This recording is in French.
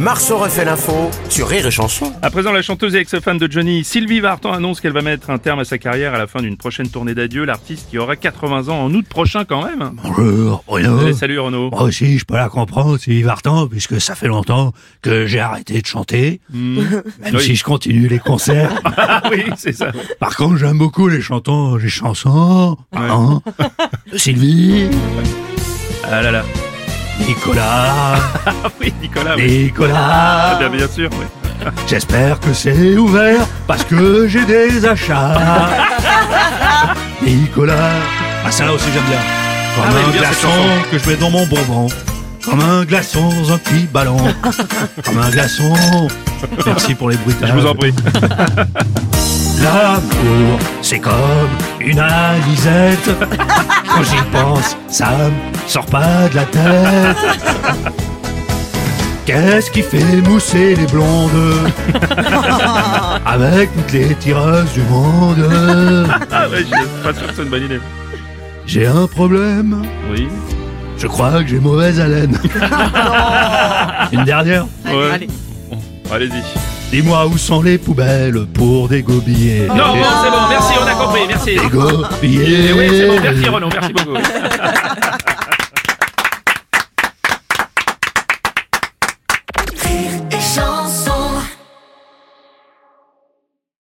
Marceau refait l'info sur Rire et Chanson. À présent, la chanteuse et ex-femme de Johnny, Sylvie Vartan, annonce qu'elle va mettre un terme à sa carrière à la fin d'une prochaine tournée d'adieu. L'artiste qui aura 80 ans en août prochain quand même. Bah Bonjour, Bruno. Allez, salut Renaud. Moi aussi, Ah, je peux la comprendre, Sylvie Vartan, puisque ça fait longtemps que j'ai arrêté de chanter, même Mm. Oui. si je continue les concerts. Hmm. Ah oui, c'est ça. Par contre, j'aime beaucoup les chantons, les chansons, pardon, de Sylvie, Ah là là. Nicolas, Ah oui, Nicolas. oui. Ah, Nicolas. bien, bien sûr, oui. J'espère que c'est ouvert, parce que j'ai des achats. Nicolas. Ah, ça là aussi, j'aime bien. Comme Ah, j'aime bien un cette glaçon chanson. que je mets dans mon bonbon. Comme un glaçon dans un petit ballon. Comme un glaçon. Merci pour les bruitages. Je vous en prie. L'amour, c'est comme une alisette. Quand j'y pense, ça me sort pas de la tête. Qu'est-ce qui fait mousser les blondes Avec toutes les tireuses du monde. Ah ouais, je suis pas sûr que c'est une bonne idée. J'ai un problème, Oui. je crois que j'ai mauvaise haleine. Une dernière Ouais. allez. Bon, allez-y. Dis-moi où sont les poubelles pour dégobiller Non, bon, c'est bon, merci, on a compris, merci. Dégobiller Oui, c'est bon, merci Renaud, merci beaucoup.